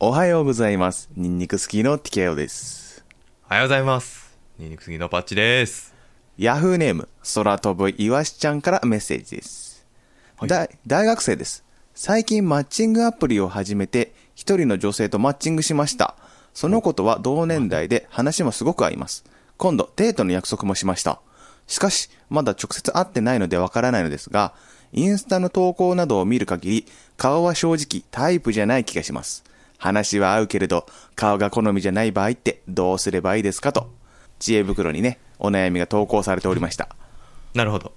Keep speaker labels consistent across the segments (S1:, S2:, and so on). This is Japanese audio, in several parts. S1: おはようございます。ニンニクスキーの TKO です。
S2: おはようございます。ニンニク杉のパッチです。
S1: ヤフーネーム、空飛ぶイワシちゃんからメッセージです。
S2: はい
S1: だ大学生です。最近マッチングアプリを始めて、一人の女性とマッチングしました。その子とは同年代で話もすごく合います。今度、デートの約束もしました。しかし、まだ直接会ってないのでわからないのですが、インスタの投稿などを見る限り、顔は正直タイプじゃない気がします。話は合うけれど、顔が好みじゃない場合ってどうすればいいですかと、知恵袋にね、お悩みが投稿されておりました。
S2: なるほど。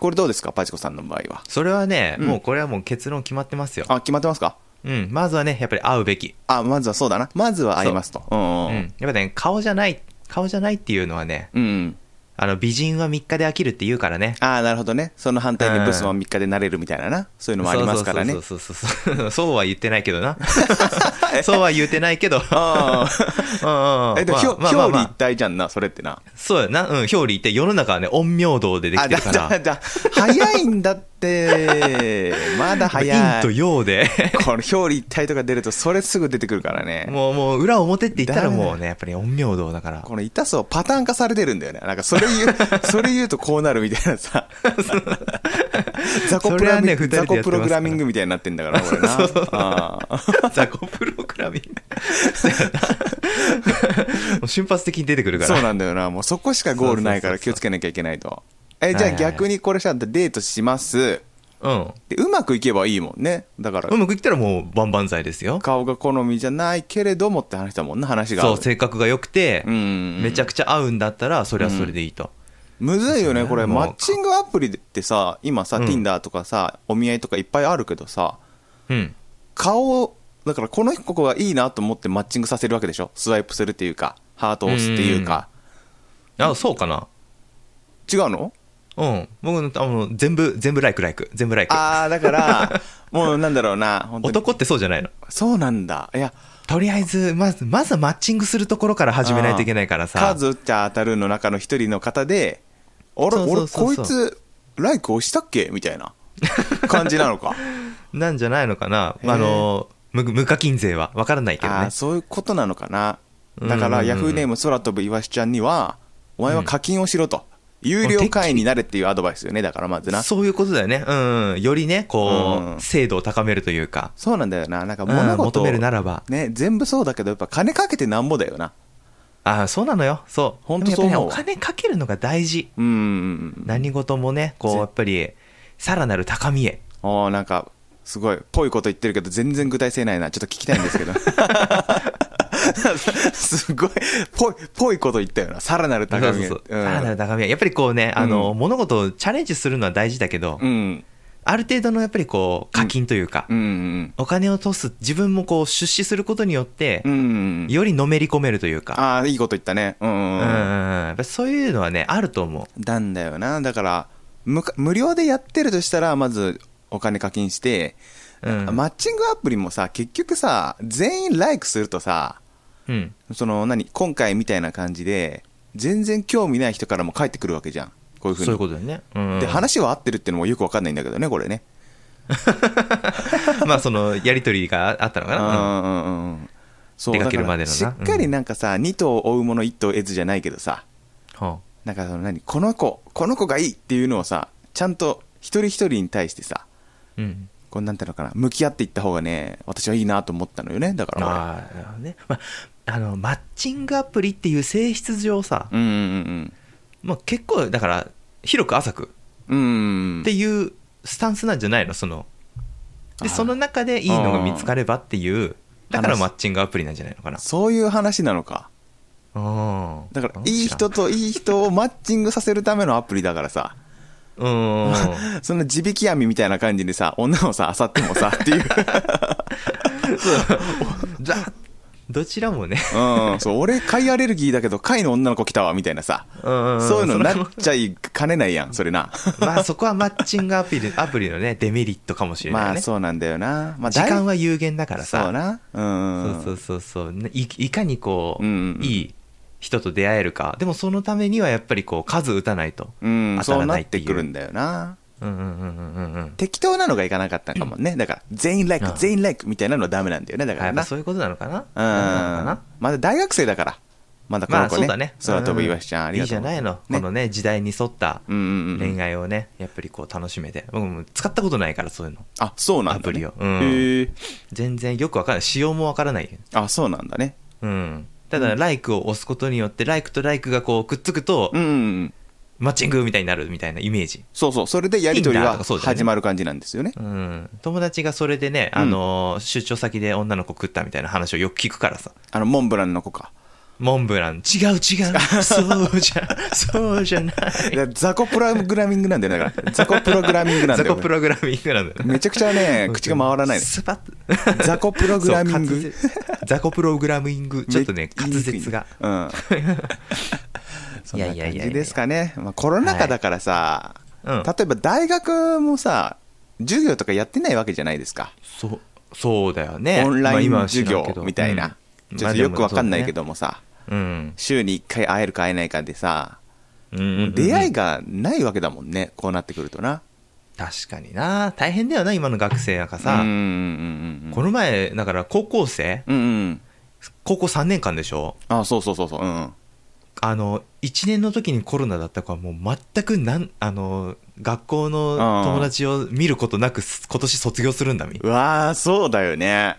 S1: これどうですかパチコさんの場合は。
S2: それはね、もうこれはもう結論決まってますよ。
S1: あ、決まってますか
S2: うん。まずはね、やっぱり会うべき。
S1: あ、まずはそうだな。まずは会いますと。うん
S2: う。
S1: うん
S2: や
S1: ん。
S2: っぱね、顔じゃない、顔じゃないっていうのはね、
S1: うんうん。
S2: あの、美人は3日で飽きるって言うからね。
S1: ああ、なるほどね。その反対
S2: う
S1: に
S2: ん
S1: ブスも3日でなれるみたいなな。そういうのもありますからね
S2: そ。うそうそうそうそう。そうは言ってないけどな。そうは言ってないけど。うん
S1: あ
S2: うんう
S1: あ。
S2: ん。
S1: え、でも、ひょ表
S2: まあまあま
S1: 裏一
S2: あ
S1: 体じゃんな、それってな。
S2: そうやな。うん。表裏って世の中はね、陰陽道ででき
S1: あ、
S2: て
S1: だ、
S2: るか
S1: だ、
S2: ら。
S1: だ、早いんだ って。まだ早い。
S2: 陰と
S1: こ
S2: 陽で。
S1: の表裏一体とか出ると、それすぐ出てくるからね。
S2: もう、もう、裏表って言ったらも
S1: だ
S2: うね、やっぱり陰陽道だから。
S1: この痛そうパターン化されてるんだよね。なんかそれ言う、 それ言うとこうなるみたいなさ。雑魚プ
S2: それ
S1: ラ
S2: は
S1: ミ
S2: ね二人でや
S1: 雑
S2: ってますから
S1: 魚プログラミングみたいになってんだから、これ な。あー
S2: 雑魚プログラミング。そうやなもう瞬発的に出てくるから。
S1: そうなんだよな。もうそこしかゴールないから気
S2: そ
S1: を
S2: うそうそ
S1: つけ
S2: うそう
S1: なきゃいけないと。え、じゃあ
S2: はいはいはい
S1: 逆にこれさ、デートします。
S2: うん。
S1: で、うまくいけばいいもんね。だから
S2: う、まくいったらもう万々歳ですよ。
S1: 顔が好みじゃないけれどもって話だもんな、話が合。
S2: そうう、性格が良くて、
S1: うん。
S2: めちゃくちゃ合うんだったら、それはそれでいいと。
S1: むずいよね
S2: そう
S1: これ
S2: もう
S1: マッチングアプリってさ今さ、
S2: うん
S1: Tinder とかさお見合いとかいっぱいあるけどさ
S2: うん。
S1: 顔をだからこの子がいいなと思ってマッチングさせるわけでしょスワイプするっていうかハートを押すっていうか
S2: あ、そうかな。
S1: 違うの
S2: うん。僕の、あの、全部、全部ライクライク。全部ライク。
S1: ああだからもうなんだろうな本当に
S2: 男ってそうじゃないの。
S1: そうなんだいや
S2: とりあえず、まず、まずはマッチングするところから始めないといけないからさ。
S1: 数打っちゃ当たるの中の一人の方であれ
S2: そうそ
S1: 俺
S2: うそう
S1: こい
S2: そう
S1: つライク押したっけみたいな感じなのか
S2: なんじゃないのかな。
S1: へー
S2: あの、無無課金税は。わから ないけど
S1: ああー
S2: ね。
S1: そういうことなのかな
S2: うん
S1: だから
S2: うん
S1: ヤフーネーム空飛ぶイワシちゃんにはお前は課金をしろと、有料会員になれっていうアドバイスよねだからまずな
S2: そういうことだよね。うん。よりね、こう、
S1: うん
S2: 精度を高めるというか、
S1: そうなんだよななんか
S2: うん
S1: 物事
S2: 求
S1: を
S2: めるならば。
S1: ね全部そうだけどやっぱ金かけてなんぼだよな
S2: ああ、そうなのよ。そう。
S1: ほんとそう
S2: で
S1: 思う
S2: もやっぱりねお金かけるのが大事。
S1: うんうんうん
S2: 何事もね、こ
S1: ぜ
S2: う、やっぱり、さらなる高みへ。
S1: おーなんかすごいぽいこと言ってるけど全然具体性ないなちょっと聞きたいんですけどすごいぽいぽいこと言ったよなさらなる
S2: そう
S1: 高
S2: そう
S1: みへ
S2: そう。さ
S1: うん
S2: らなる高みへ。やっぱりこうね、あの、
S1: う
S2: 物事をチャレンジするのは大事だけど、
S1: うん
S2: ある程度のやっぱりこう、課金というか、
S1: うんうん
S2: お金を落とす、自分もこう、出資することによって
S1: うんう、んうん
S2: よりのめり込めるというか、
S1: ああいいこと言ったねうん
S2: う
S1: うんん
S2: う
S1: うんん
S2: うん、やっぱそういうのはね、あると思う。
S1: なんだよな。だから、無か無料でやってるとしたら、まずお金課金して、
S2: うん
S1: マッチングアプリもさ、結局さ、全員ライクするとさ、
S2: うん。
S1: その何、今回みたいな感じで、全然興味ない人からも帰ってくるわけじゃん。こういうふうに。
S2: そういうことだよね。うんうん
S1: で、話は合ってるってのもよくわかんないんだけどね、これね。
S2: まあそのやりとりがあったのかな、
S1: うんうんうんうん。そう
S2: 出か
S1: だ
S2: ける
S1: か
S2: まで
S1: ら
S2: のな
S1: しっかりなんかさ、2頭追うもの1頭得ずじゃないけどさ、
S2: うんは
S1: なんかその何、この子、この子がいいっていうのをさ、ちゃんと一人一人に対してさ、
S2: あうん、
S1: こうなんていうのかな向き合っていった方がね私はいいなと思ったのよねだから俺
S2: ああなるほどね、まあ、あのマッチングアプリっていう性質上さ、
S1: うんうん
S2: まあ、結構だから広く浅く
S1: うんうん
S2: っていうスタンスなんじゃないのその
S1: あー
S2: でその中でいいのが見つかればっていうだから
S1: 話
S2: マッチングアプリなんじゃないのかな
S1: そういう話なのか
S2: あー
S1: だから
S2: うん
S1: いい人といい人をマッチングさせるためのアプリだからさ
S2: うん
S1: そんな地引き網みたいな感じでさ女をさ漁っても さっていう
S2: じゃあどちらもね
S1: うんそう俺貝アレルギーだけど貝の女の子来たわみたいなさそういうの
S2: な
S1: なっちゃいかねないやんそれな
S2: まあそこはマッチングアプリアプリのねデメリットかもしれない
S1: ま
S2: よね、
S1: あそうなんだよなまあ
S2: 時間
S1: は
S2: は有限だからさ
S1: そうなうんうん
S2: そうそうそうそうねいいかにこう、
S1: うんうんうん
S2: いい人と出会えるかでもそのためにはやっぱりこう数打たないと
S1: うん
S2: 当た
S1: そう
S2: ら
S1: な
S2: ない
S1: っ
S2: って
S1: て
S2: いう
S1: くるんだよな
S2: ううんうんうんうんうんうん。
S1: 適当なのがいかなかったんかもね。だから、全員 like、
S2: うん
S1: 全員 like みたいなのはダメなんだよね。だか
S2: あ
S1: ら
S2: やっぱ
S1: な。
S2: そういうことなのかなうん。
S1: うん。
S2: な
S1: まだ大学生だから。まだこ
S2: ま
S1: の
S2: あ
S1: 子
S2: そう
S1: ね。
S2: だね。
S1: 空飛ぶ岩ちゃん、あり
S2: い
S1: が
S2: いじ
S1: とう
S2: ゃ
S1: ご
S2: な
S1: ざ
S2: い
S1: いま
S2: の。
S1: す。
S2: このね、時代に沿った
S1: うんうんうん。
S2: 恋愛をね、やっぱりこう楽しめて。僕も使ったことないから、そういうの。
S1: あ、そうなんだ、ね。
S2: アプリを
S1: う
S2: うんん、
S1: へえ。
S2: 全然よくわからない。仕様もわからない。
S1: あ、そうなんだね。
S2: うん。ただ、ライクを押すことによって、ライクとライクがこうくっつくと
S1: う、ん、うんうん。
S2: マッチングみたいになるみたいなイメージ。
S1: そうそう。それでやりとり
S2: Tinder と
S1: は
S2: かそうだよね
S1: 始まる感じなんですよね。
S2: うん。友達がそれでね、
S1: うん
S2: あのー、出張先で女の子食ったみたいな話をよく聞くからさ。
S1: あの、モンブランの子か。
S2: モンブラン、違う違う、そうじゃ、そうじゃない
S1: や雑魚プログラミングなんだよね。だから、雑魚プログラミング
S2: い。
S1: なんだ
S2: 雑
S1: よ
S2: 魚。 プログラミングなんだよね。
S1: めちゃくちゃ ね、口が回らないね。
S2: スパッと。
S1: 雑魚プログラミング。
S2: そう。滑舌 雑魚プログラミング。ちょっとね、
S1: め
S2: 滑舌が。。
S1: 言いにくいねうん。そん
S2: い
S1: な
S2: やいやいや
S1: 感
S2: いや
S1: じですかね。まあ、コロナ禍だからさ、
S2: うん
S1: 例えば大学もさ、授業とかやってないわけじゃないですか。
S2: そう、そうだよね。
S1: オンライン
S2: まあ今は知
S1: 授
S2: ら
S1: 業
S2: んけど
S1: みたいな。
S2: うん
S1: ちょっとよくわかんないけ
S2: ま
S1: どもさ、
S2: あでもね
S1: 週に1回会えるか会えないかでさ、
S2: うん。うんうんうん
S1: 出会いがないわけだもんね、こうなってくるとな。
S2: 確かにな。大変だよな、今の学生なんかさ
S1: うん。うんうんうん
S2: この前、だから高校生
S1: うんうん。
S2: 高校3年間でしょ
S1: あ、そうそうそうそう。うんうん。
S2: あの、1年の時にコロナだった子はもう全くなん、あの、学校の友達を見ることなくす今年卒業するんだみ。
S1: うわー、そうだよ ね。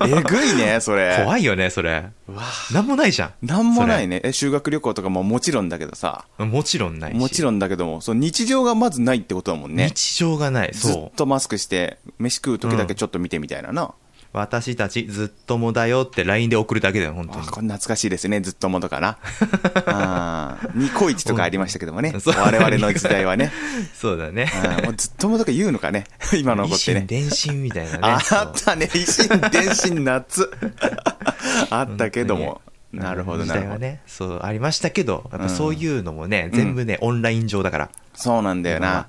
S1: えぐいね、それ。
S2: 怖いよね、それ。
S1: うわー
S2: なんもないじゃん。
S1: なんもない
S2: ね。
S1: ね。え、修学旅行とかももちろんだけどさ、
S2: もちろんないし。
S1: もちろんだけども、その日常がまずないってことだもんね。
S2: 日常がない
S1: ずっ
S2: そう
S1: とマスクして、飯食う時だけちょっと見てみたいなな。
S2: 私たちずっともだよって LINE で送るだけだよ本当
S1: あ
S2: に
S1: これ懐かしいですね、ずっともとかな。 あーニコイチとかありましたけどもね、
S2: そう
S1: 我々の時代はね。
S2: そうだね
S1: うんもうずっともとか言うの かね、今の子
S2: 維
S1: ってね
S2: 新。伝心みたいなね
S1: あ
S2: そう
S1: あったね、維新伝心 夏。あったけども。
S2: うん
S1: なるほど、
S2: 時
S1: なる
S2: 代
S1: ほ
S2: は
S1: ど。
S2: ねそうありましたけどやっぱそういうのもね、全部ねオンライン上だから
S1: そうなんだよな。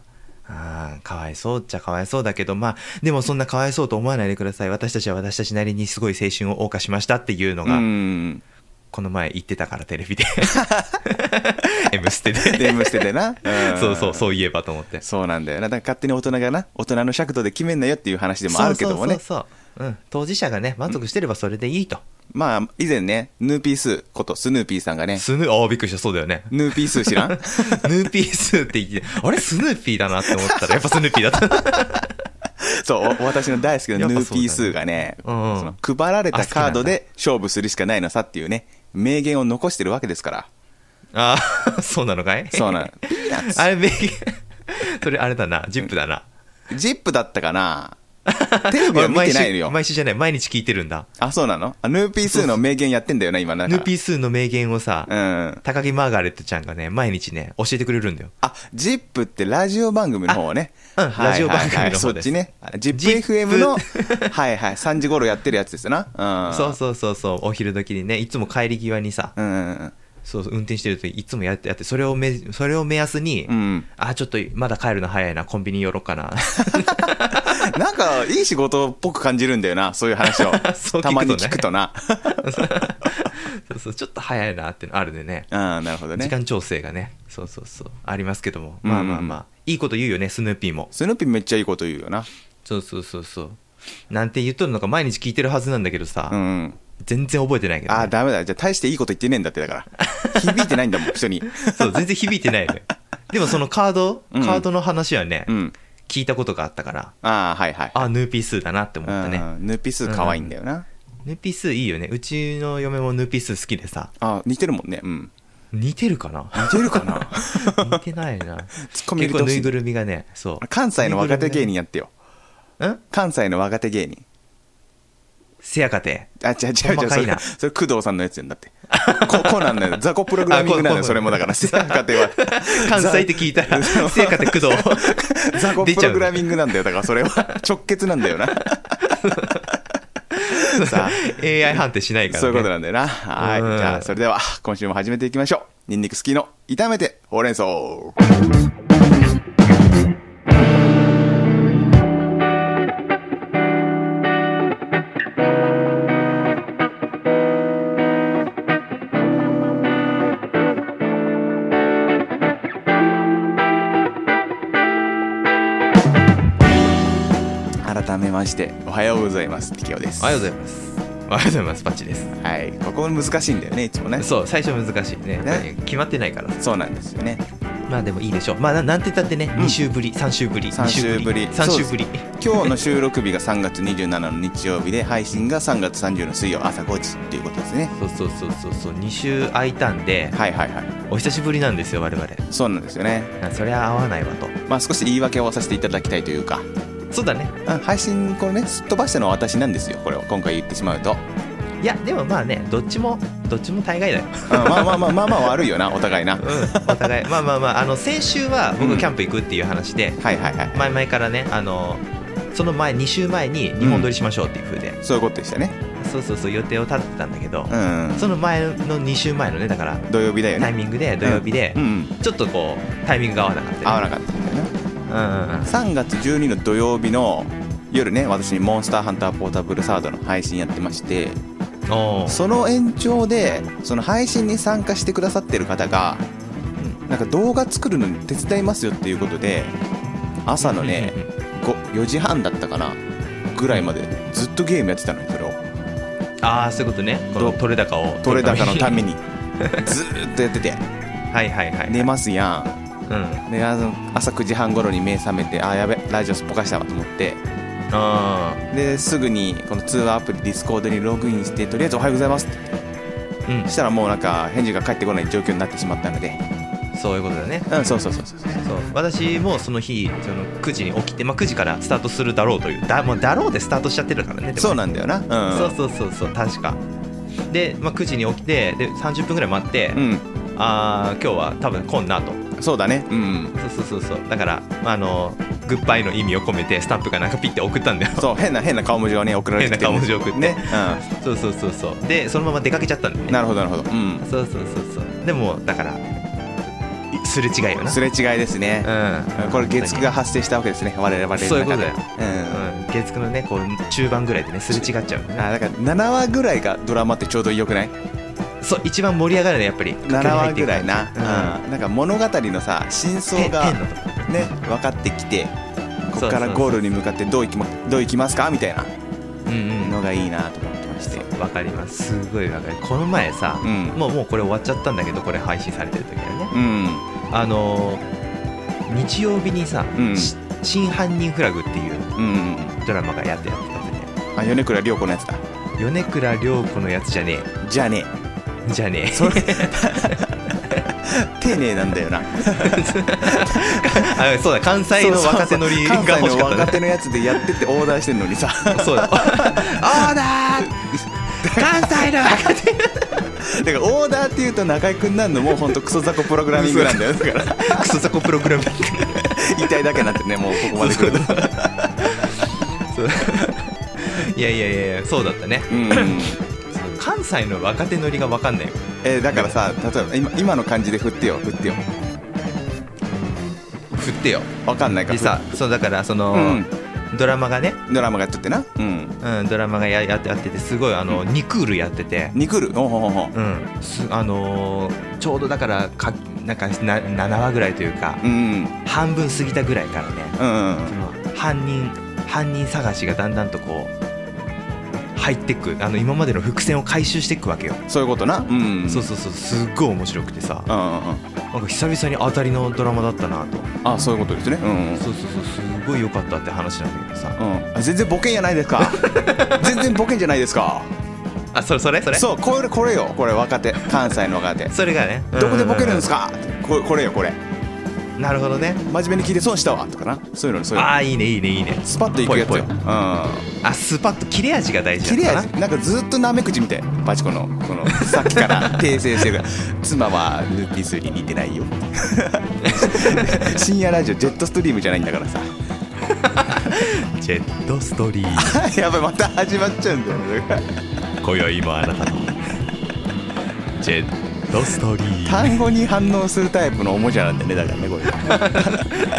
S2: あーかわいそうっちゃかわいそうだけどまあでもそんなかわいそうと思わないでください私たちは私たちなりにすごい青春を謳歌しましたっていう
S1: う
S2: のが、
S1: ん。
S2: この前言ってたからテレ ビで「M ステで」
S1: デームしててな。ん
S2: そうそうそういえばと思って
S1: そうなんだよな。だから勝手に大人がな、大人の尺度で決めんなよっていう話でもあるけどもね。
S2: そうそうそうそう、うん、当事者がね満足してればそれでいいと、
S1: まあ、以前ね、ヌーピースことスヌーピーさんがね、
S2: スヌああびっくりしたそうだよね
S1: ヌーピース知らん
S2: ヌーピースって言ってあれスヌーピーだなって思ったらやっぱスヌーピーだった
S1: そう、お私の大好きな
S2: やっぱ
S1: ヌー
S2: そうだね
S1: ピースがね、
S2: うんうん
S1: その配られたカード
S2: あ
S1: で勝負するしかないのさっていうね、名言を残してるわけです から。
S2: ああそうなのかい
S1: そう
S2: な
S1: なの。ピーナッツ
S2: あれめそれあれだなジップだな、
S1: ジップだったかなテレビは見てないの
S2: 俺毎週
S1: よ。
S2: 毎週じゃない毎日聞いてるんだ
S1: あ、そうなのあヌーピースの名言やってんだよな、今な。
S2: ヌーピ
S1: ー
S2: ースの名言をさ、
S1: うん。
S2: 高木マーガレットちゃんがね毎日ね教えてくれるんだよ
S1: あ、ジップってラジオ番組の方ね。
S2: あうん
S1: はいはいはい
S2: ラジオ番組の方です
S1: そっちね。ジップ
S2: ジップ
S1: FM の、はいはい、3時頃やってるやつですな。うん。
S2: そうそうそうそうお昼時にねいつも帰り際にさ、
S1: うんうん
S2: そうそう運転してるといつもやってやってそれをめそれを目安に、
S1: うん。うん。
S2: あちょっとまだ帰るの早いなコンビニ寄ろうか な
S1: なんか、いい仕事っぽく感じるんだよな、そういう話を。
S2: そう聞くとね
S1: たまに聞くとな。
S2: そうそうちょっと早いなってのあるんでね
S1: うん、なるほど
S2: 時
S1: ね。
S2: 間調整がねそうそうそうありますけども、
S1: うん
S2: まあまあまあいいこと言うよねスヌーピーも
S1: スヌーピーめっちゃいいこと言うよな。
S2: そうそうそうそうなんて言っとるのか毎日聞いてるはずなんだけどさ、
S1: うんうん。
S2: 全然覚えてないけど、
S1: あ
S2: ね、
S1: あ、ダメだ。じゃあ、大していいこと言ってねえんだって、だ から。響いてないんだもん、人に。
S2: そう全然響いてないの よでもそのカード
S1: うん
S2: カードの話はね、
S1: うん。
S2: 聞いたことがあったから
S1: ああ、はいはい。
S2: あヌーピースーだなって思ったね、
S1: うんヌーピース可愛いんだよな。
S2: ヌーピースーいいよねうちの嫁もヌーピースー好きでさ
S1: あ似てるもんね。うん。
S2: 似てるか な
S1: 似てるかな
S2: 似てないな
S1: ツッコミ入れ
S2: 結
S1: て
S2: 構
S1: ほ
S2: ぬ
S1: しい
S2: いぐるみがねそう
S1: 関西の若手芸人
S2: ん
S1: やってよ。関西の若手芸人。
S2: せやかて
S1: あ、違う違う違
S2: 細
S1: う。
S2: か
S1: そ
S2: い
S1: れ
S2: な、
S1: それ工藤さんのやつやんだって。こコナンのやつ。雑魚プログラミングなの
S2: あ
S1: よ、
S2: こ
S1: それもだ から。せやかては。
S2: 関西って聞いた らせやかて工藤
S1: 雑魚
S2: 出
S1: プ
S2: ちゃ
S1: ロ
S2: う
S1: グラミングなんだよ。だからそれは 直結なんだよな。さあ、
S2: AI 判定しないから、ね、
S1: そういうことなんだよな。はい。
S2: うん
S1: じゃあ、それでは、今週も始めていきましょう。ニンニク好きの炒めてほうれん草。
S2: う
S1: ましておはようございますピケオです
S2: おはようございますおはようございますパッチです
S1: はいここ難しいんだよねいつもね
S2: そう最初難しいねやっぱり決まってないから
S1: そうなんですよね
S2: まあでもいいでしょうまあななんて言ったってね
S1: うん
S2: 2週ぶり3週ぶり
S1: 3週ぶり
S2: 3週ぶり
S1: 今日の収録日が3月27の日曜日で配信が3月30の水曜朝5時ということですね
S2: そうそうそうそうそう2週空いたんで
S1: はいはいはい
S2: お久しぶりなんですよ我々
S1: そうなんですよね
S2: あそりゃ合わないわと
S1: まあ少し言い訳をさせていただきたいというか
S2: そうだね
S1: うん配信これねすっ飛ばしたのは私なんですよこれを今回言ってしまうと、うん
S2: いやでもまあねどっちもどっちも大 概だよ、
S1: まあまあまあまあまあ悪いよなお互いなはい
S2: うん、お互いまあまあまああの先週は
S1: う
S2: 僕
S1: ん
S2: キャンプ行くっていう話で、
S1: はいはい
S2: 前々からねあのその前2週前に日本撮りしましょうっていう風で、
S1: そういうことでしたね
S2: そうそうそう予定を立ててたんだけど、
S1: うん
S2: その前の2週前のねだから
S1: 土曜日だよ
S2: タイ
S1: ね
S2: ミングで土曜日で
S1: う、ん
S2: ちょっとこうタイミングが合わなかったよね、
S1: 合わなかったんだよね
S2: うんうんうん
S1: 3月12の土曜日の夜ね私モンスターハンターポータブルサードの配信やってまして
S2: おー
S1: その延長でその配信に参加してくださってる方がなんか動画作るのに手伝いますよっていうことで朝のね
S2: うんうんうん
S1: 5 4時半だったかなぐらいまでずっとゲームやってたのよそれを
S2: ああそういうことねこの
S1: ど
S2: 取れ高を
S1: 取れ高のため
S2: に
S1: にずーっとやってて
S2: はいはいはい、
S1: 寝ますや
S2: うん
S1: んであの朝9時半頃に目覚めてあーやべラジオすっぽかしたわと思って
S2: あ
S1: ですぐにこの通話アプリディスコードにログインしてとりあえず「おはようございます」って
S2: ーうん
S1: そしたらもうなんか返事が返ってこない状況になってしまったので
S2: そういうことだね
S1: うんそうそうそうそう
S2: そう私もその日その9時に起きて、まあ、9時からスタートするだろうというだ,、まあ、だろうでスタートしちゃってるからねでもね
S1: そうなんだよなうん
S2: そうそうそうそう確かで、まあ、9時に起きてで30分ぐらい待って、
S1: うん
S2: ああ今日は多分来んなと
S1: そうだねうん
S2: そうそうそうそうだから、まあ、あのグッバイの意味を込めてスタンプかなんかピッて送ったんだよ
S1: そう変な変な顔文字をね送られてきて
S2: 変な顔文字送って
S1: ね
S2: そうそうそうそうでそのまま出かけちゃったんだよ
S1: う
S2: ね
S1: んなるほどなるほどうん
S2: そうそうそうそうでもだからいすれ違いよな
S1: すれ違いですね
S2: うん
S1: これ月9が発生したわけですね我々の中で
S2: そういうことだよ
S1: うん
S2: うん月9のねこう中盤ぐらいでねすれ違っちゃうのね
S1: あだから7話ぐらいがドラマってちょうどよくない
S2: そう一番盛り上がるねやっぱり
S1: 7話ぐらいな、
S2: う
S1: うんなんか物語のさ真
S2: ん、て
S1: 相
S2: ん
S1: が
S2: のとこ
S1: ね分かってきてこ
S2: そ
S1: こ
S2: う
S1: から
S2: そう
S1: ゴールに向かってどういき,、ま、どういきますかみたいな
S2: うんうん
S1: のがいいなと思ってまして
S2: わかりますすごいわかるこの前さ、
S1: うん
S2: もうもうこれ終わっちゃったんだけどこれ配信されてる時はね
S1: うん
S2: あのー日曜日にさ、
S1: うん
S2: し真犯人フラグ」っていう
S1: うん
S2: ドラマがやってやってたんでね
S1: あ米倉涼子のやつだ
S2: 米倉涼子のやつじゃね
S1: じゃあね
S2: えじゃねえ
S1: それ丁寧なんだよな
S2: あそうだ関西の若手のりが
S1: 関西
S2: 欲し
S1: の
S2: かっ
S1: 若
S2: たね
S1: 手のやつでやってってオーダーしてんのにさ
S2: そうだ オ ーダー関西の若手
S1: だからオーダーっていうと中居君なんのもうほんとクソ雑魚プログラミングなんだよだ から
S2: クソ雑魚プログラミング
S1: 痛いだけになってねもうここまで来ると
S2: そういやいやいやいやそうだったね
S1: うん
S2: 関西の若手ノリが分かんないよ
S1: えーだからさ例えば今今の感じで振ってよ振ってよ
S2: 振ってよ
S1: わかんないか
S2: で
S1: ら
S2: さそうだからその、
S1: うん
S2: ドラマがね、
S1: ドラマがやっとってなうん
S2: うん、ドラマがややってやっててすごいあの、2クールやってて、
S1: に来るおほほほ
S2: うんすあのーちょうどだからかなんかな7話ぐらいというか、
S1: うん
S2: 半分過ぎたぐらいからね
S1: うん
S2: その犯人犯人探しがだんだんとこう入ってくあの今までの伏線を回収していくわけよ、
S1: そういうことなうん
S2: そうそうそうすっごい面白くてさ
S1: うんうんうん
S2: なんか久々に当たりのドラマだったなと
S1: あそういうことですねうん
S2: そうそうそうすごい良かったって話なんだけどさ
S1: うんあ全然ボケんじゃないです か全然ボケんじゃないですか
S2: あそれそれそれ
S1: そうこれこれよこれ若手関西の若手
S2: それがね
S1: どこでボケるんです
S2: か
S1: かここれよこれ
S2: なるほどね
S1: 真面目に聞いて損したわとかなそういうのそういう
S2: あ
S1: の
S2: あいいねいいねいいね
S1: スパッといくやつ
S2: ぽい
S1: よ
S2: ぽ
S1: う
S2: い
S1: ん
S2: あスパッと切れ味が大事
S1: 切れ
S2: なのか
S1: 味
S2: な
S1: なんかずっとなめ口みたいバチコのこのさっきから 訂正してる妻はヌーピースに似て ないよ深夜ラジオジェットストリームじゃないんだからさ
S2: ジェットスト リーム
S1: やばいまた始まっちゃうんだよね
S2: 今宵もあなた のジェットストリーム
S1: 単語に反応するタイプのおもちゃなんだよねだからねこ れ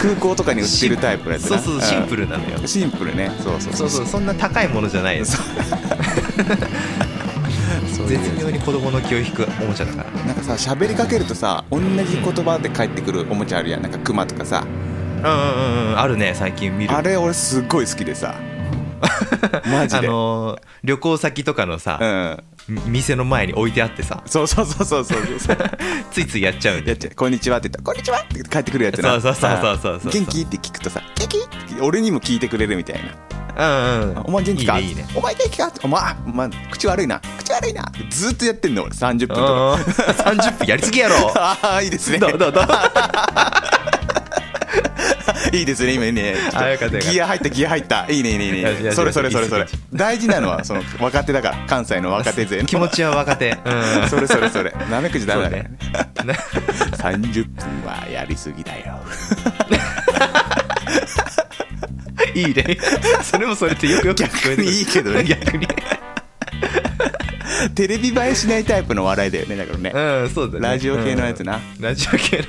S1: 空港とかに売ってるタイプのやつな
S2: そうそうシンプ
S1: ル、
S2: ルなのよ
S1: うんシンプルねそうそう
S2: そうそうそんな高いものじゃないです
S1: そういう
S2: 絶妙に子供の気を引くおもちゃだから
S1: なんかさ喋りかけるとさ同じ言葉で返ってくるおもちゃあるやんなんかクマとかさ
S2: うんうんうんあるね最近見る
S1: あれ俺すっごい好きでさマジ
S2: あ
S1: で、
S2: のー旅行先とかのさ、
S1: うん
S2: み店の前に置いてあってさ
S1: そうそうそうそうそうそう
S2: ついついやっちゃうんだ
S1: やっ
S2: よ
S1: ちゃうこんにちはって言ったら「こんにちは!」って帰ってくるやつな
S2: そうそうそうそうそうそう
S1: 元気って聞くとさ「元気?」って俺にも聞いてくれるみたいな
S2: うんうん
S1: お前元気か
S2: いいねいいね
S1: お前元気かお前あお前口悪いな口悪いなずっとやってんの俺30分
S2: うん
S1: とか
S2: うん30分やり すぎやろ
S1: ああいいですね
S2: どうどうどう
S1: いいですね今ねちょっと
S2: あよかったよかった
S1: ギア入ったギア入ったいいねいいねいい
S2: よしよ
S1: ね
S2: し
S1: それそれそれそ
S2: いい
S1: れ
S2: っすいいっ
S1: 大事なのはその若手だから関西の若手勢の
S2: 気持ちは若手うん
S1: それそれそれなめくじダ
S2: そ
S1: メ
S2: う
S1: だね
S2: ね な
S1: 30分はやりすぎだよ
S2: いいねそれもそれってよくよく聞こえてくる
S1: 逆にいいけどね
S2: 逆に
S1: テレビ映えしないタイプの笑いだよねだからね
S2: うんそうだね
S1: ラジオ系のやつな
S2: うんラジオ系の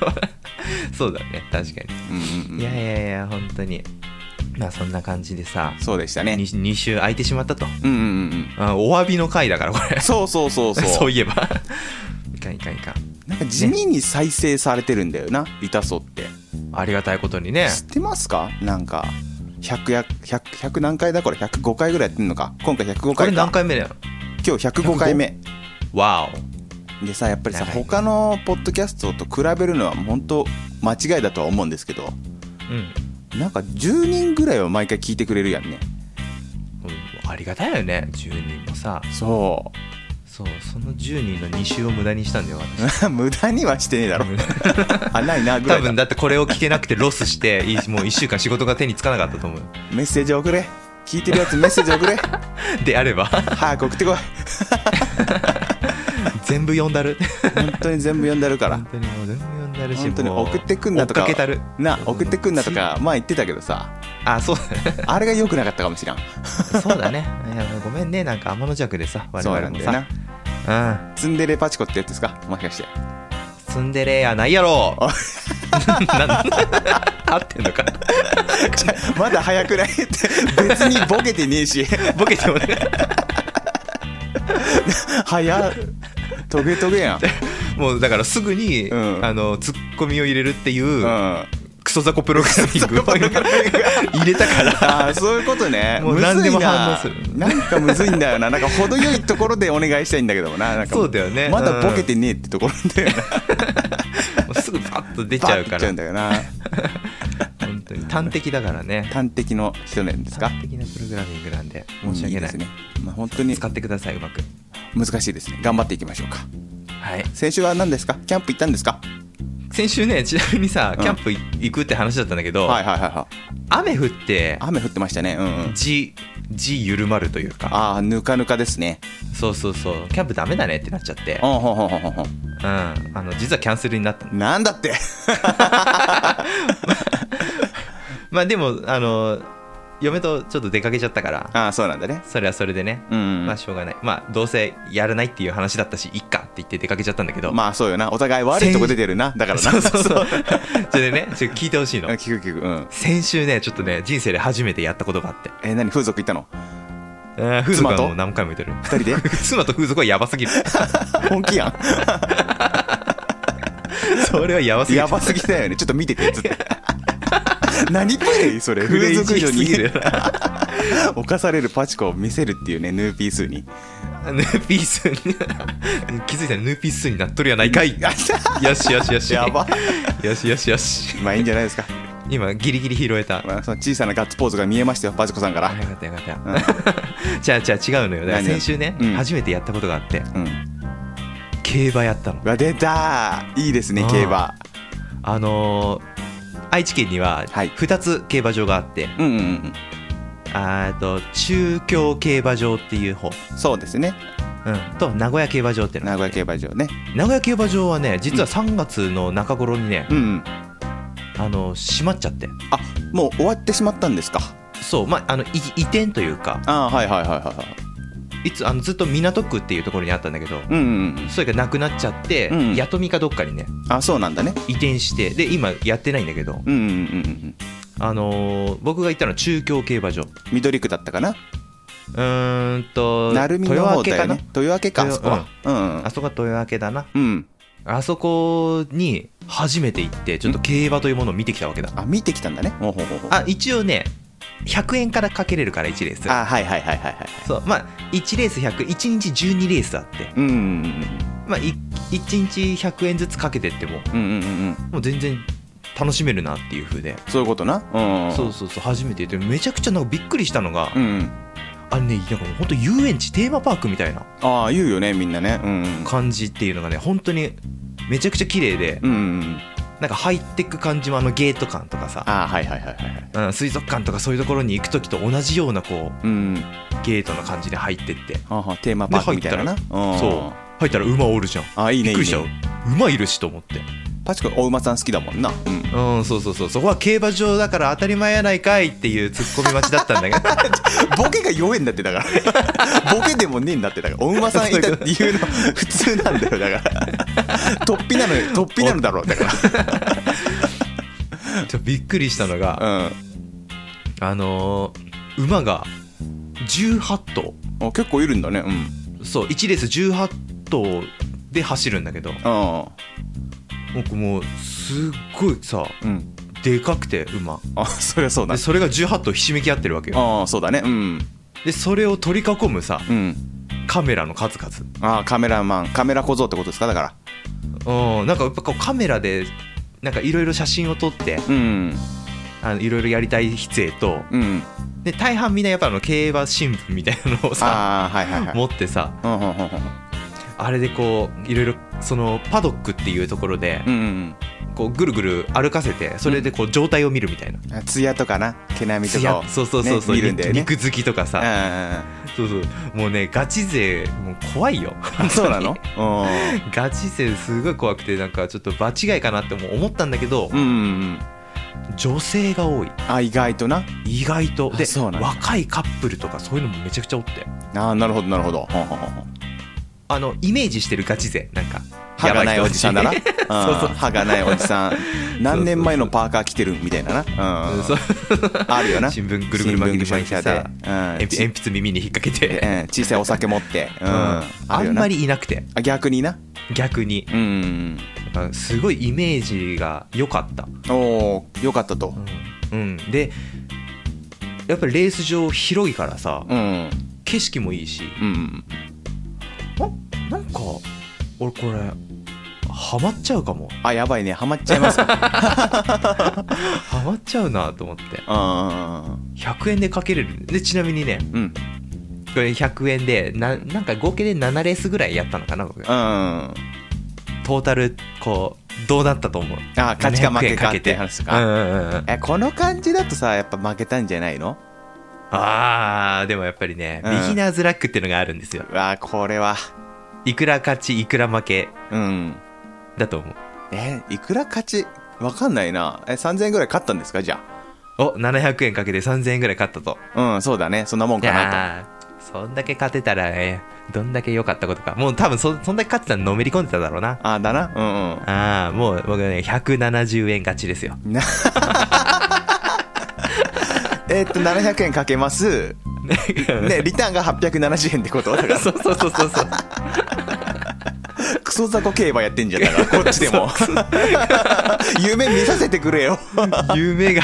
S2: そうだね確かに
S1: うんうんうん
S2: いやいやいや本当にまあそんな感じでさ
S1: そうでしたね
S2: 2, 二週空いてしまったと
S1: うんうんうん
S2: あお詫びの回だからこれ
S1: そうそうそう
S2: そう
S1: そう
S2: いえばいかんいかんいかん
S1: なんか地味に再生されてるんだよなリタソって
S2: ありがたいことにね
S1: 知ってますかなんか100や100 100何回だこれ105回ぐらいやってんのか今回105
S2: これ
S1: 回
S2: 何
S1: か
S2: 回目だよ
S1: 今日105回目
S2: わ
S1: でさやっぱりさ
S2: 長いね
S1: 他のポッドキャストと比べるのは本当間違いだとは思うんですけど
S2: おうん
S1: なんか10人ぐらいは毎回聞いてくれるやんね
S2: うんありがたいよね10人もさ
S1: そ
S2: そうその10人の2週を無駄にしたんだよ私
S1: う 無駄にはしてねえ だろ あないなぐら
S2: 多
S1: いだ
S2: 分だってこれを聞けなくてロスしていもう1週間仕事が手につかなかったと思う
S1: メッセージ送れ聞いてるやつメッセージ 送れ
S2: であれ ば
S1: 早く送ってこい
S2: 全部読んだる
S1: 本当に全部読んでるから
S2: 本当にもう全部読んだるし
S1: 本当に
S2: もう
S1: 送ってくんなとか
S2: 追っけたる
S1: な送ってくんなとか前言ってたけどさ
S2: あそう
S1: あれが良くなかったかもしらん
S2: そうだねいやごめんねなんか天の弱でさ我
S1: そうな
S2: 々
S1: ん
S2: も
S1: だよな
S2: さうん
S1: ツンデレパチコってやつですかもしかして
S2: ツンデレやないやろ なん合ってんのか
S1: まだ早くないって別にボケてねえし
S2: ボケてもね
S1: 早っトゲトゲやん、
S2: もうだからすぐに、
S1: うん
S2: あのツッコミを入れるっていう、
S1: うん、
S2: クソザコプロ グラミングを今 入れたから
S1: ああそういうことね
S2: もう
S1: むずいな
S2: 何でも反応する
S1: なんかむずいんだよななんか程よいところでお願いしたいんだけどもななんか
S2: そうだよね
S1: まだボケてねえってところで
S2: もうすぐパッと出ち
S1: パ
S2: ゃ
S1: ッ
S2: う
S1: てい
S2: か
S1: っちゃう
S2: ら
S1: んだよな
S2: 本当に端的だからね
S1: 端的の人なんですか
S2: 端的なプログラミングなんで申し訳ない,、
S1: うんですね、まあ、本当に
S2: 使ってくださいうまく
S1: 難しいですね頑張っていきましょうか
S2: はい
S1: 先週は何ですかキャンプ行ったんですか
S2: 先週ねちなみにさ
S1: うん
S2: キャンプい行くって話だったんだけど、
S1: はいはいはいはい
S2: 雨降って
S1: 雨降ってましたねうん、うん、
S2: 地地緩まるというか
S1: ああぬかぬかですね
S2: そうそうそうキャンプダメだねってなっちゃって
S1: うんほんほんほんほんほん
S2: うん、あの実はキャンセルになったの
S1: なんだって
S2: まあでもあの嫁とちょっと出かけちゃったから
S1: ああそうなんだね
S2: それはそれでね、
S1: うん
S2: まあしょうがないまあどうせやらないっていう話だったしいっかって言って出かけちゃったんだけど、
S1: まあそうよなお互い悪いとこ出てるなだからな
S2: そうそうそうそれでねちょっと聞いてほしいの
S1: うん 聞く聞くうん
S2: 先週ねちょっとね人生で初めてやったことがあって
S1: えー何風俗行ったの
S2: うん風俗は
S1: 妻
S2: も
S1: と
S2: う何回も言ってる
S1: 二人で
S2: 妻と風俗はやばすぎる
S1: 本気やん
S2: それはやばすぎる
S1: やばすぎだよねちょっと見ててつって 何プレイそれ風
S2: 風
S1: 俗
S2: 俗
S1: 以
S2: 以上
S1: 上に
S2: に
S1: 犯されるパチコを見せるっていうねヌーピースーに
S2: ヌーピースに気づいたらヌーピースになっとるやないかいよしよしよし
S1: やば
S2: よしよしよし
S1: まあいいんじゃないですか、
S2: 今ギリギリ拾えた
S1: まあ、その小さなガッツポーズが見えましたよパチコさんか
S2: あ
S1: ら
S2: よかったよかったじゃあじゃあ違うのよだから
S1: 何
S2: 先週ね、
S1: うん
S2: 初めてやったことがあって
S1: うん
S2: 競馬やったの
S1: うわ出たいいですね
S2: あー
S1: 競馬
S2: あのー愛知県には
S1: はい
S2: 2つ競馬場があって、
S1: うんうんうん
S2: あーと中京競馬場っていう方、
S1: そうですね
S2: うん、と名古屋競馬場っていうの
S1: 名古屋競馬場ね
S2: 名古屋競馬場はね実は3月の中頃にね、
S1: うんうん
S2: あのー閉まっちゃって
S1: あもう終わってしまったんですか
S2: そうまああのい移転というか
S1: あーはいはいはいはいはい
S2: いつあのずっと港区っていうところにあったんだけど、
S1: うんうんうん
S2: それがなくなっちゃって、
S1: うん
S2: 弥富かどっかにね
S1: あそうなんだね
S2: 移転してで今やってないんだけど、
S1: うんうんうんうん
S2: あのー僕が行ったのは中京競馬場う
S1: 緑区だったかな
S2: ーんと
S1: 鳴海の方だよ
S2: 豊明かな
S1: ね豊明か
S2: 豊
S1: あそこはうんうん
S2: あそこが豊明だな
S1: うん
S2: あそこに初めて行ってちょっと競馬というものを見てきたわけだ
S1: あ、見てきたんだね。ほうほうほうほう
S2: あ一応ね100円からかけれるから1レース
S1: あ、はいはいはいはいはい。
S2: そうまあ1レース1001日12レースあって、
S1: うんうん
S2: まあ、1日100円ずつかけてっても
S1: うんうんうんうんうん。
S2: もう全然楽しめるなっていう風で、
S1: そういうことな。うんん。
S2: そう。そうそう初めて行ってめちゃくちゃなんかびっくりしたのが、
S1: うんうん。
S2: あのねなんかもう本当遊園地テーマパークみたいな
S1: ああ、言うよね、みんなね。うんうん。
S2: 感じっていうのがね本当にめちゃくちゃ綺麗で、
S1: うんうんうん。
S2: なんか入ってく感じもあのゲート感とかさ、
S1: ああ、はいはいはいはいはい。
S2: うん、水族館とかそういうところに行く時と同じようなこう
S1: うん。
S2: ゲートの感じで入ってって
S1: はあはあテーマパークみたいなな。
S2: で
S1: うん
S2: そう。入ったら馬おるじゃん
S1: ああ、いい
S2: び
S1: ね、
S2: っ
S1: いいね
S2: くりし。ちゃう馬いるしと思って
S1: 確かにお馬さん好きだもんな。うん。
S2: うんそうそうそうそこは競馬場だから当たり前やないかいっていうツッコミ待ちだったんだ けど
S1: ボケが弱えんだってだから。 ボケでもねえんだってだから。お馬さんいたっていうの普通なんだよだから。突飛なのよ、突飛なのだろうだか
S2: ちょびっくりしたのが、
S1: ら。
S2: あのー馬が18頭
S1: うん。あ結構いるんだね。うん。
S2: そう1レース18頭で走るんだけど
S1: うん。
S2: 僕もうすっごいさ
S1: うん。
S2: でかくて馬
S1: あ、そりゃそうだ
S2: で。それが18頭ひしめき合ってるわけよ
S1: ああ、そうだね。うん。
S2: でそれを取り囲むさ
S1: うん。
S2: カメラの数々
S1: ああ、カメラマン、カメラ小僧ってことですかだから。
S2: うん、なんかやっぱこうカメラでなんかいろいろ写真を撮って
S1: うん。
S2: いろいろやりたい撮影と
S1: うん。
S2: で大半みんなやっぱあの競馬新聞みたいなのをさ
S1: ああ、はいはいはい。
S2: 持ってさ
S1: うんうんうんうん
S2: あれでこういろいろそのパドックっていうところで
S1: うんうん
S2: こうぐるぐる歩かせてそれでこう状態を見るみたいな。
S1: うん。ツヤとかな、毛並みと
S2: つ
S1: か
S2: や
S1: を。
S2: そうそうそうそう、
S1: ね見るんだよね
S2: 肉付きとか
S1: うんうん
S2: さ、そうそうもうねガチ勢もう怖いよ
S1: うん。 そうなの
S2: ガチ勢すごい怖くてなんかちょっと場違いかなっても思ったんだけど、
S1: うん。うんうんうん。
S2: 女性が多い
S1: あ、意外とな。
S2: 意外と
S1: あ
S2: で
S1: そうなんだ
S2: 若いカップルとかそういうのもめちゃくちゃおって
S1: ああ、なるほどなるほど。ほんほんほんほん
S2: あのイメージしてるガチ勢なんか
S1: 歯がないおじさん だな。
S2: やばい人たち
S1: うん
S2: そうそう
S1: 歯がないおじさ ん。何年前のパーカー着てるみたいなな。うん
S2: そう
S1: あるよな。
S2: 新聞ぐるぐる
S1: 新
S2: 巻
S1: 聞
S2: き
S1: ぐ
S2: に
S1: しゃ
S2: 巻い
S1: ぐしゃで
S2: てさ
S1: うん
S2: 鉛筆鉛筆耳に引っ掛けて、
S1: ええ小さいお酒持って。うん
S2: うん
S1: あ
S2: あ
S1: るよ
S2: ん
S1: な
S2: まりいなくて
S1: あ逆にな。
S2: 逆に
S1: うん。
S2: なんかすごいイメージが良かった、
S1: おおよかったと。
S2: うんでやっぱりレース場広いからさ
S1: うん。
S2: 景色もいいし
S1: うん。
S2: あなんか俺これハマっちゃうかも
S1: あ、やばいね。ハマっちゃい ます。うん
S2: ハマっちゃうなと思って100円でかけれるでちなみにね
S1: うん。うん。
S2: これ100円でななんか合計で7レースぐらいやったのかな僕
S1: うん。あ、
S2: トータルこうどうなったと思う
S1: 勝ちか負けかっていう
S2: 700円
S1: 話
S2: う
S1: か。
S2: んうんうんうん
S1: え、この感じだとさ、やっぱ負けたんじゃないの
S2: あーでもやっぱりね、
S1: うん
S2: ビギナーズラックっていうのがあるんですよ
S1: うわこれは。
S2: いくら勝ちいくら負け
S1: うん。
S2: だと思う
S1: えーいくら勝ちわかんないな。え、3000円ぐらい勝ったんですかじゃ
S2: お700円かけて3000円ぐらい勝ったと
S1: あ。うん、そうだね。そんなもん
S2: い
S1: かな
S2: やーそんだけ勝てたらねどんだけ良かったことかもう多分そそんだけ勝ってたらのめり込んでただろうな
S1: と。あ、だな。うんうん。
S2: ああもう僕ね170円勝ちですよ
S1: えーっと、700円かけ ます。ね、リターンが870円ってことだから、
S2: そう そうそうそうそう
S1: クソ雑魚競馬やってん じゃん。だから、こっちでも。夢見させてくれよ。
S2: 夢が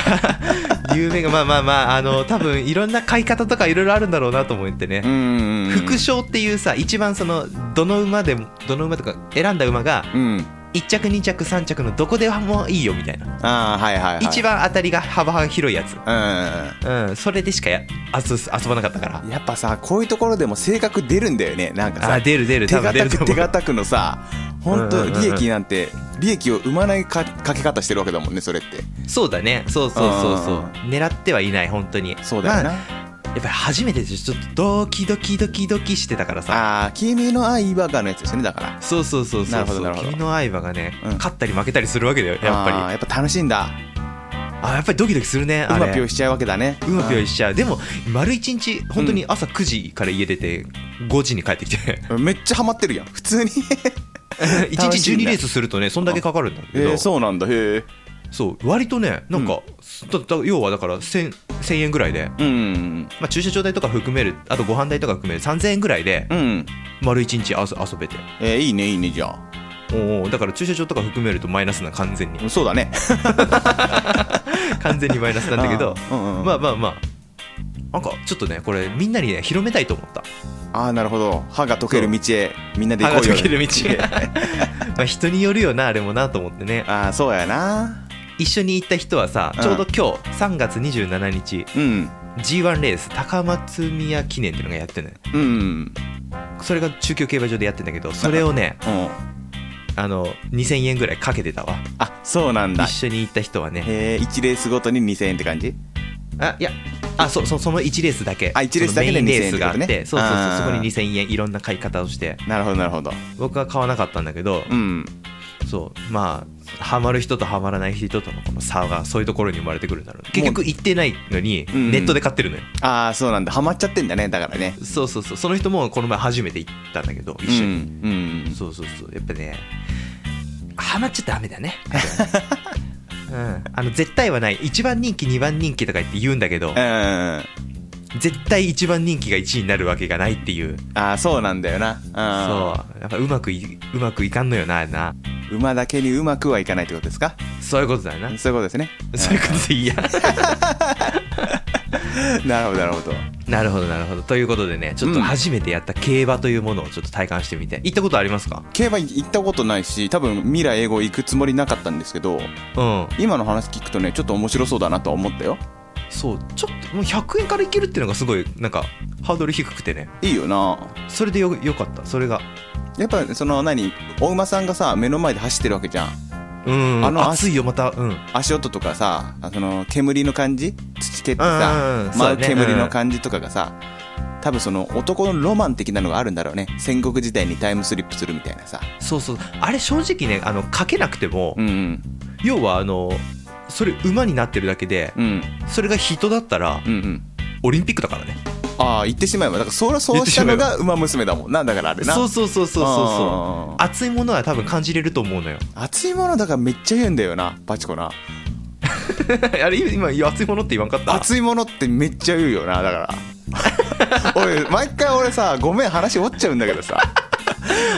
S2: 夢がまあまあまああの多分いろんな買い方とかいろいろあるんだろうなと思って
S1: う
S2: ね、
S1: ん。
S2: 副賞っていうさ一番そのどの馬でもどの馬とか選んだ馬が
S1: うん。
S2: 1着2着3着のどこでもいいよみたいな
S1: ああ、はいはい、はい。
S2: 一。番当たりが幅が広いやつ
S1: う
S2: うんそれでしかや遊遊ばなかったから
S1: ん。やっぱさ、こういうところでも性格出るんだよね。なんか
S2: あ
S1: さ、
S2: 出る出る
S1: 手
S2: 多分出
S1: 堅
S2: る
S1: く
S2: と
S1: 手
S2: 思う
S1: 堅くのさ本当
S2: うんうんうん
S1: 利益なんて利益を生まないかかけ方してるわけだもんねそれって
S2: そうだねそうそうそうそう
S1: うんうんうん
S2: 狙ってはいない本当に
S1: そうだよな、
S2: まあやっぱり初めてでちょっとドキドキドキドキしてたからさ
S1: あー君の愛はがのやつですねだから
S2: そうそうそう
S1: な
S2: そ
S1: る
S2: う
S1: ほど
S2: そ
S1: な
S2: う
S1: るほど
S2: 君の愛馬がね、
S1: うん
S2: 勝ったり負けたりするわけだよやっ
S1: あー
S2: ぱ
S1: やっぱ楽しいんだ
S2: りあやっぱりドキドキするね
S1: う
S2: あ
S1: まぴ
S2: れ
S1: ょいしちゃうわけだね
S2: うまぴょ
S1: い
S2: いしちゃうでも丸一日本当に朝9時から家出て5時に帰ってき て
S1: めっちゃハマってるやん普 通に
S2: 1
S1: 楽
S2: 日
S1: しいね
S2: 12レースするとねそんだけかかるんだけ
S1: え
S2: ど、
S1: ー、そうなんだへえ
S2: そう割とねなんか、だだ要はだから1000 1000円ぐらいで、
S1: うん
S2: まあ、駐車場代とか含めるあとご飯代とか含める3000円ぐらいで
S1: うん
S2: 丸一日遊遊べて
S1: えー、いいねいいねじゃあ
S2: おうおうだから駐車場とか含めるとマイナスな完 全に
S1: そうだね。
S2: 完全にマイナスなんだけど
S1: あー、うんうん
S2: まあまあまあなんかちょっとねこれみんなにね広めたいと思った
S1: ああ、なるほど。歯が溶ける道へ、みんなで行こうよ。
S2: 歯が溶ける道 まあ人によるよなあれもなと思ってね
S1: ああ、そうやな。
S2: 一緒に行った人はさ
S1: うん
S2: ちょうど今日3月27日
S1: うん。
S2: G1 レース高松宮記念っていうのがやってるのよ
S1: うん。うん。
S2: それが中京競馬場でやってんだけどそれをねあの2000円ぐらいかけてたわ
S1: あ、そうなんだ
S2: 一。緒に行った人はね
S1: へえ、1レースごとに2000円って感じ
S2: あいやあそうそうその1レースだけ
S1: あ1レースだけで
S2: そのメインレー
S1: 2000
S2: スがあって
S1: 円ってことね
S2: そうそうそう
S1: あー
S2: そこに2000円いろんな買い方をして
S1: なるほど、なるほど。
S2: 僕は買わなかったんだけど、
S1: うん。
S2: そうまあハマる人とハマらない人とのこの差がそういうところに生まれてくるんだろうね結局行ってないのに
S1: うんうん
S2: ネットで買ってるのよ、
S1: ああ、そうなんだ。ハマっちゃってんだね、だからね。
S2: そうそうそうその人もこの前初めて行ったんだけど一緒に、
S1: うん。うん。
S2: そうそうそうやっぱねハマっちゃダメ だねうん、あの絶対はない1番人気2番人気とか言って言うんだけど
S1: うん。あ
S2: 絶対1番人気が1位になるわけがないっていう
S1: あ、そうなんだよな。うん。
S2: そうやっぱうまくいうまくいかんのよなあれな
S1: 馬だけにうまくはいかないってことですか
S2: そういうことだよな
S1: そういうことですね。
S2: そういうことでいいや
S1: なるほど、なるほど。
S2: なるほどなるほどということでねちょっと初めてやった競馬というものをちょっと体感してみて行ったことありますか
S1: 競馬行ったことないし、多分未来英語行くつもりなかったんですけど、
S2: うん
S1: 今の話聞くとね、ちょっと面白そうだなとは思ったよ。
S2: そうちょっともう100円からいけるっていうのがすごいなんかハードル低くてね
S1: いいよな。
S2: それでよよかったそれが
S1: やっぱその何お馬さんがさ目の前で走ってるわけじゃん
S2: うん
S1: あの
S2: 暑いよまたうん
S1: 足音とかさあその煙の感じ土蹴って
S2: うんうん
S1: さ
S2: うん
S1: 舞
S2: そう
S1: う
S2: ね
S1: 煙の感じとかがさ多分その男のロマン的なのがあるんだろうね戦国時代にタイムスリップするみたいなさ
S2: そうそうあれ正直ねあのかけなくても、
S1: うんうん
S2: 要はあのそれ馬になってるだけで
S1: うん
S2: それが人だったら
S1: うんうん
S2: オリンピックだからね
S1: ああ言ってしまえばだからそらそうしたのが馬娘だもんなだからあれな
S2: そう
S1: う
S2: そうそうそうそうそ
S1: そ
S2: う熱いものは多分感じれると思うのよ
S1: 熱いものだからめっちゃ言うんだよなバチコな
S2: あれ今今熱いものって言わんかった
S1: 熱いものってめっちゃ言うよなだから 俺毎回俺さごめん話折っちゃうんだけどさ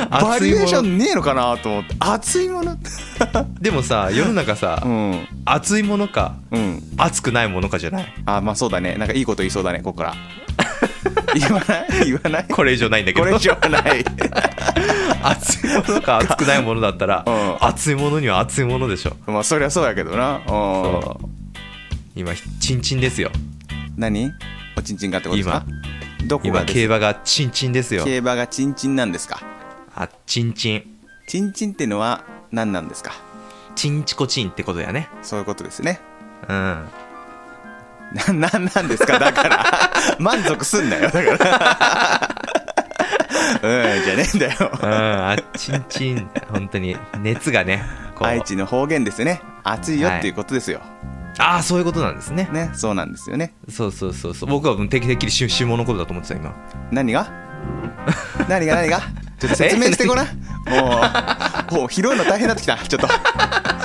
S1: バリエーショ
S2: もの
S1: ンねえのかなと思って熱いものって
S2: で もさ世の中さ、
S1: うん
S2: 熱いものか
S1: うん
S2: 熱くないものかじゃない
S1: あまあそうだねなんかいいこと言いそうだねここから 言わない言わない
S2: これ以上ないんだけ
S1: こ
S2: ど
S1: れ以上はない
S2: 熱いものか熱くないものだった ら、
S1: うん
S2: 熱いものには熱いものでしょ
S1: まあそりゃそうやけどなう
S2: そ
S1: ん
S2: 今チンチンですよ
S1: 何おちんちんがってことですかどこ
S2: 今
S1: がです
S2: 競馬がチンチンですよ
S1: 競馬がちんちんなんですか
S2: あチンチン
S1: ちんちんってのは何なんですか
S2: チンチコチンってことやね
S1: そういうことですね
S2: うん
S1: ななんなんですかだから 満足すんなよだから うんじゃねえんだよ
S2: うん、あチンチン本当に熱がねこう
S1: 愛知の方言ですね熱いよっていうことですよ、
S2: ああそういうことなんですね
S1: ねそうなんですよね
S2: そうそうそうそう僕はもうてきてきりし下のことだと思ってた今
S1: 何が何が何 がちょっと説明してごらんもうもう拾うの大変になってきたちょっと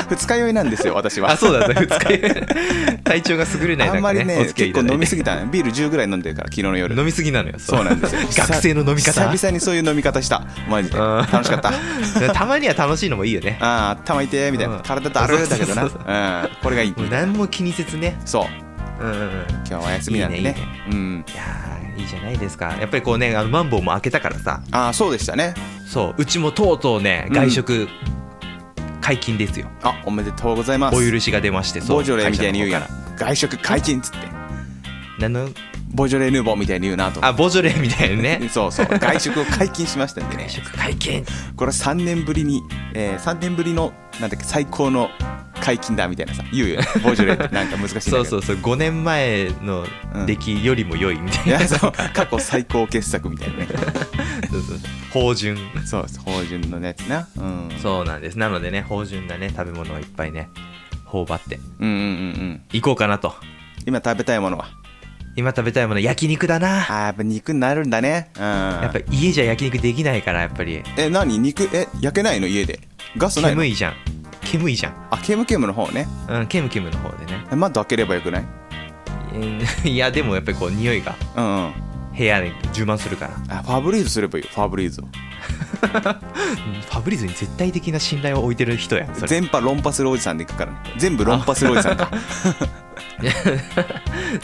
S1: 二日酔いなんですよ私は
S2: あそうだった2日酔い体調が優れない中、
S1: あ
S2: ね、
S1: んまり
S2: お
S1: ね
S2: 付き
S1: 結
S2: 合いいた
S1: 構
S2: だいて
S1: 飲みすぎたねビール10ぐらい飲んでるから昨日の夜
S2: 飲みすぎなのよ
S1: そうなんですよ
S2: 学生の飲み方
S1: 久々にそういう飲み方したマジで
S2: うん
S1: 楽しかった
S2: たまには楽しいのもいいよね
S1: ああ頭痛いみたいな、
S2: うん
S1: 体だるーだけどな、、
S2: そううそうそうん
S1: これがいい
S2: もう何も気にせずね
S1: そう
S2: うんうんうん
S1: 今日はお休みなんでね
S2: いいね
S1: うん
S2: いやーいいじゃないですかやっぱりこうねあのマンボウも開けたからさ
S1: ああそうでしたね
S2: そううちもとうとうね
S1: うん
S2: 外食解禁ですよ、
S1: あおめでとうございます
S2: お許しが出ましてそう
S1: ボジョレーみたいに言うやん
S2: 会社の
S1: 外食
S2: 方か
S1: 解禁っつって
S2: らなの
S1: ボジョレーヌーボーみたいに言うなと
S2: あボジョレーみたいな ね
S1: そうそう外食を解禁しましたんでね
S2: 外食解禁
S1: これは3年ぶりに、えー、3年ぶりのなんだっけ最高の解禁だみたいなさ言うよねボジョレ ーってなんか難しいんだけど
S2: そうそうそう5年前の出来よりも良いみたい
S1: い
S2: な、
S1: やそう過去最高傑作みたいなね
S2: そうそう芳醇
S1: そうです芳醇のやつなうん
S2: そうなんですなのでね芳醇なね食べ物をいっぱいね頬張って
S1: うんうんうんうん
S2: いこうかなと
S1: 今食べたいものは
S2: 今食べたいもの焼肉だな
S1: あーやっぱ肉になるんだねうん
S2: やっぱ家じゃ焼肉できないからやっぱり
S1: え何肉え焼けないの家でガスないの
S2: 煙いじゃん煙いじゃん
S1: あケムケムの方ね
S2: うんケムケムの方でね
S1: え窓開ければよくない
S2: えーいやでもやっぱりこう匂いが
S1: うんうん
S2: 部屋に充満するから
S1: あファブリーズすればいいよファブリーズを
S2: ファブリーズに絶対的な信頼を置いてる人やんそれ
S1: 全波論破するおじさんで行くからね全部論破するおじさん だ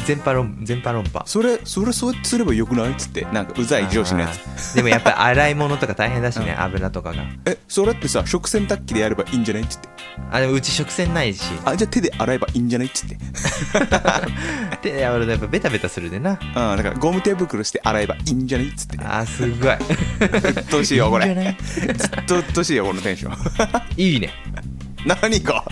S2: 全パロン全パロンパ
S1: それそれそうやってすればよくないっつってなんかうざい上司のやつ
S2: つでもやっぱ り洗い物とか大変だしね、油とかが
S1: えそれってさ食洗濯機でやればいいんじゃないっつって
S2: あでもうち食洗ないし
S1: あじゃあ手で洗えばいいんじゃないっつって
S2: 手でやるとやっぱベタベタするでな
S1: あだからゴム手袋して洗えばいいんじゃないっつって
S2: あーす ごい
S1: うっとうしいよこれ
S2: いいんじゃない
S1: ずっとうっとうしいよこのテンション
S2: いいね
S1: 何か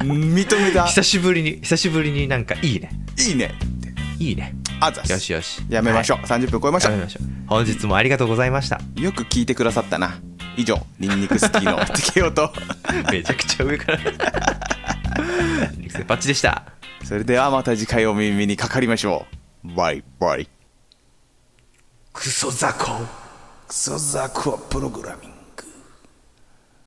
S1: 認めた
S2: 久しぶりに久しぶりになんかいいね
S1: いいねって
S2: いいね
S1: あざっす
S2: よしよし
S1: やめましょう、30分超えまし
S2: や
S1: た
S2: めましょう本日もありがとうございました
S1: よく聞いてくださったな以上ニンニクスキー の適応と
S2: めちゃくちゃ 上からリクセパッチでした
S1: それではまた次回お耳にかかりましょうバイバイ
S2: クソ雑魚
S1: クソザコプログラミング